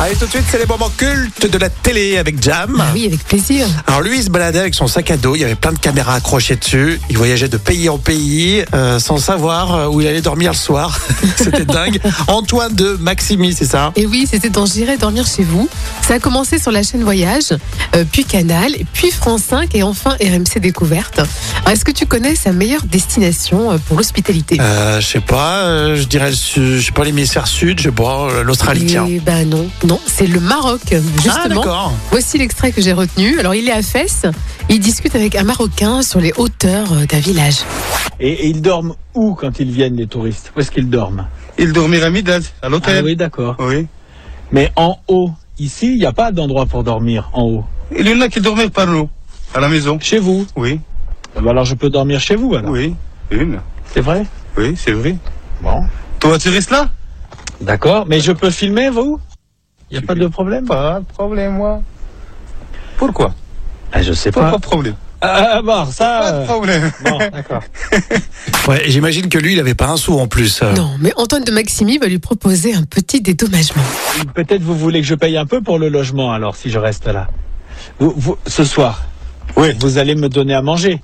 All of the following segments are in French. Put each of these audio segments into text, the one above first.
Allez tout de suite, c'est les moments cultes de la télé avec Jam. Ah Oui, avec plaisir. Alors lui, il se baladait avec son sac à dos, il y avait plein de caméras accrochées dessus, il voyageait de pays en pays euh, sans savoir euh, où il allait dormir le soir. C'était dingue. Antoine de Maximi, c'est ça Et oui, c'était dans J'irai dormir chez vous. Ça a commencé sur la chaîne Voyage, euh, puis Canal, puis France 5 et enfin RMC Découverte. Alors, Est-ce que tu connais sa meilleure destination euh, pour l'hospitalité euh, Je sais pas, euh, je dirais le sud, je sais pas l'hémisphère sud, je sais pas, euh, l'Australie tiens. Eh ben non, non, c'est le Maroc, euh, Ah justement. d'accord. Voici l'extrait que j'ai retenu. Alors, il est à Fès, il discute avec un Marocain sur les hauteurs euh, d'un village. Et, et ils dorment où quand ils viennent, les touristes Où est-ce qu'ils dorment Il dormira Midas à Ah l'hôtel. oui, d'accord. oui. Mais en haut, ici, il n'y a pas d'endroit pour dormir en haut. Il y en a qui dormaient par nous, à la maison. Chez vous Oui, Ah bah Alors je peux dormir chez vous, alors. oui, une. C'est vrai Oui, c'est vrai. Bon. Toi, tu restes là D'accord. Mais je peux filmer, vous Il n'y a pas de problème Pas de problème, moi. Pourquoi ah, Je sais Pas, pas. de problème. Ah, ah, bon, Pas ça... de euh, problème. Bon, d'accord. Ouais, et j'imagine que lui, il avait pas un sou en plus. euh. Non, mais Antoine de Maximi va lui proposer un petit dédommagement. Peut-être vous voulez que je paye un peu pour le logement, alors, si je reste là. Vous, vous- ce soir, Oui, vous allez me donner à manger.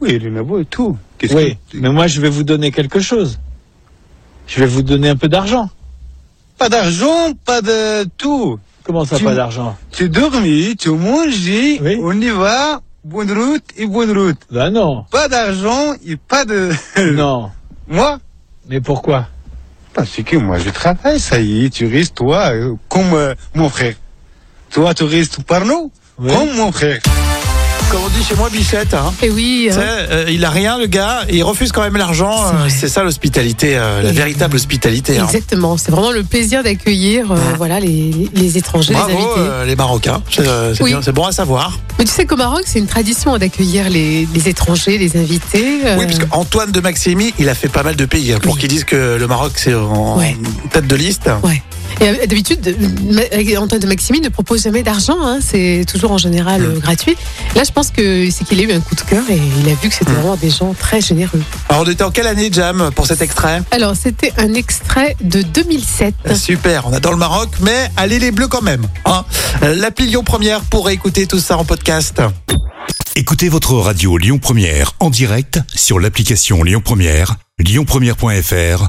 oui, il y en a beau et tout. Qu'est-ce Oui, que- mais moi, je vais vous donner quelque chose. Je vais vous donner un peu d'argent. Pas d'argent, pas de tout. Comment ça, Tu- pas d'argent Tu dormis, tu manges, Oui. on y va. Bonne route et bonne route. Ben non, Pas d'argent et pas de. non. moi Mais pourquoi Parce que moi je travaille, ça y est, tu restes toi, euh, comme euh, mon frère. Toi tu restes par nous, Oui. comme mon frère. Comme on dit chez moi, Bichette, hein. Et oui, Tu sais, hein, euh, il a rien le gars, et il refuse quand même l'argent. C'est euh, vrai. C'est ça l'hospitalité, euh, la Et- véritable hospitalité. hein. exactement. C'est vraiment le plaisir d'accueillir euh, voilà, les, les- les étrangers, les Ah. Bravo invités. euh, les Marocains, c'est euh, c'est Oui. bien, c'est bon à savoir. Mais tu sais qu'au Maroc, c'est une tradition d'accueillir les, les étrangers, les invités. euh, Oui, parce qu'Antoine de Maximi, il a fait pas mal de pays hein, pour Oui. qu'ils disent que le Maroc c'est en Ouais. tête de liste. et, euh, d'habitude, Ma- Antoine de Maximi ne propose jamais d'argent. hein, c'est toujours en général Mmh. euh, gratuit. Là, je pense que c'est qu'il a eu un coup de cœur et il a vu que c'était Mmh. vraiment des gens très généreux. Alors on était en quelle année, Jam, pour cet extrait Alors, c'était un extrait de 2007. Super, on adore le Maroc, mais allez les Bleus quand même. Hein L'appli Lyon Première pour écouter tout ça en podcast. Écoutez votre radio Lyon Première en direct sur l'application Lyon Première, lyonpremière.fr